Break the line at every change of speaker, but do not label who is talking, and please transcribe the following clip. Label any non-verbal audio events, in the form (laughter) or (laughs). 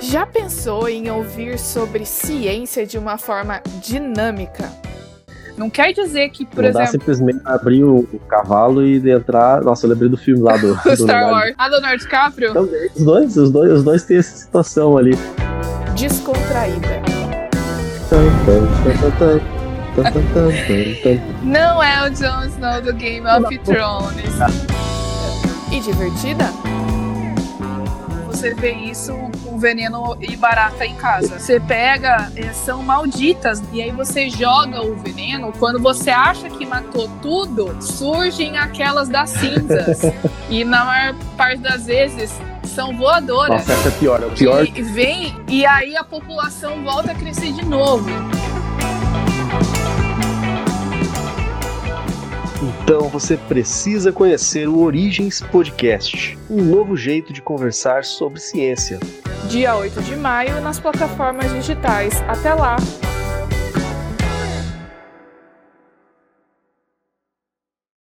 Já pensou em ouvir sobre ciência de uma forma dinâmica? Não quer dizer que, por
não dá
exemplo,
simplesmente pra abrir o, o cavalo e entrar. Nossa, eu lembrei do filme
(laughs)
lá do,
o
do
Star
lugar.
Wars. Ah, Leonardo DiCaprio?
Também, os dois, os dois, os dois têm essa situação ali.
Descontraída. Não é o Jon Snow do Game of Thrones.
Tá.
E divertida? Você vê isso com veneno e barata em casa. Você pega, eh, são malditas, e aí você joga o veneno. Quando você acha que matou tudo, surgem aquelas das
(laughs)
cinzas. e na maior parte das vezes, são voadoras.
Nossa, essa é pior, é o pior.
E vem, e aí a população volta a crescer de novo.
Então você precisa conhecer o Origens Podcast, um novo jeito de conversar sobre ciência.
Dia 8 de maio nas plataformas digitais. Até lá!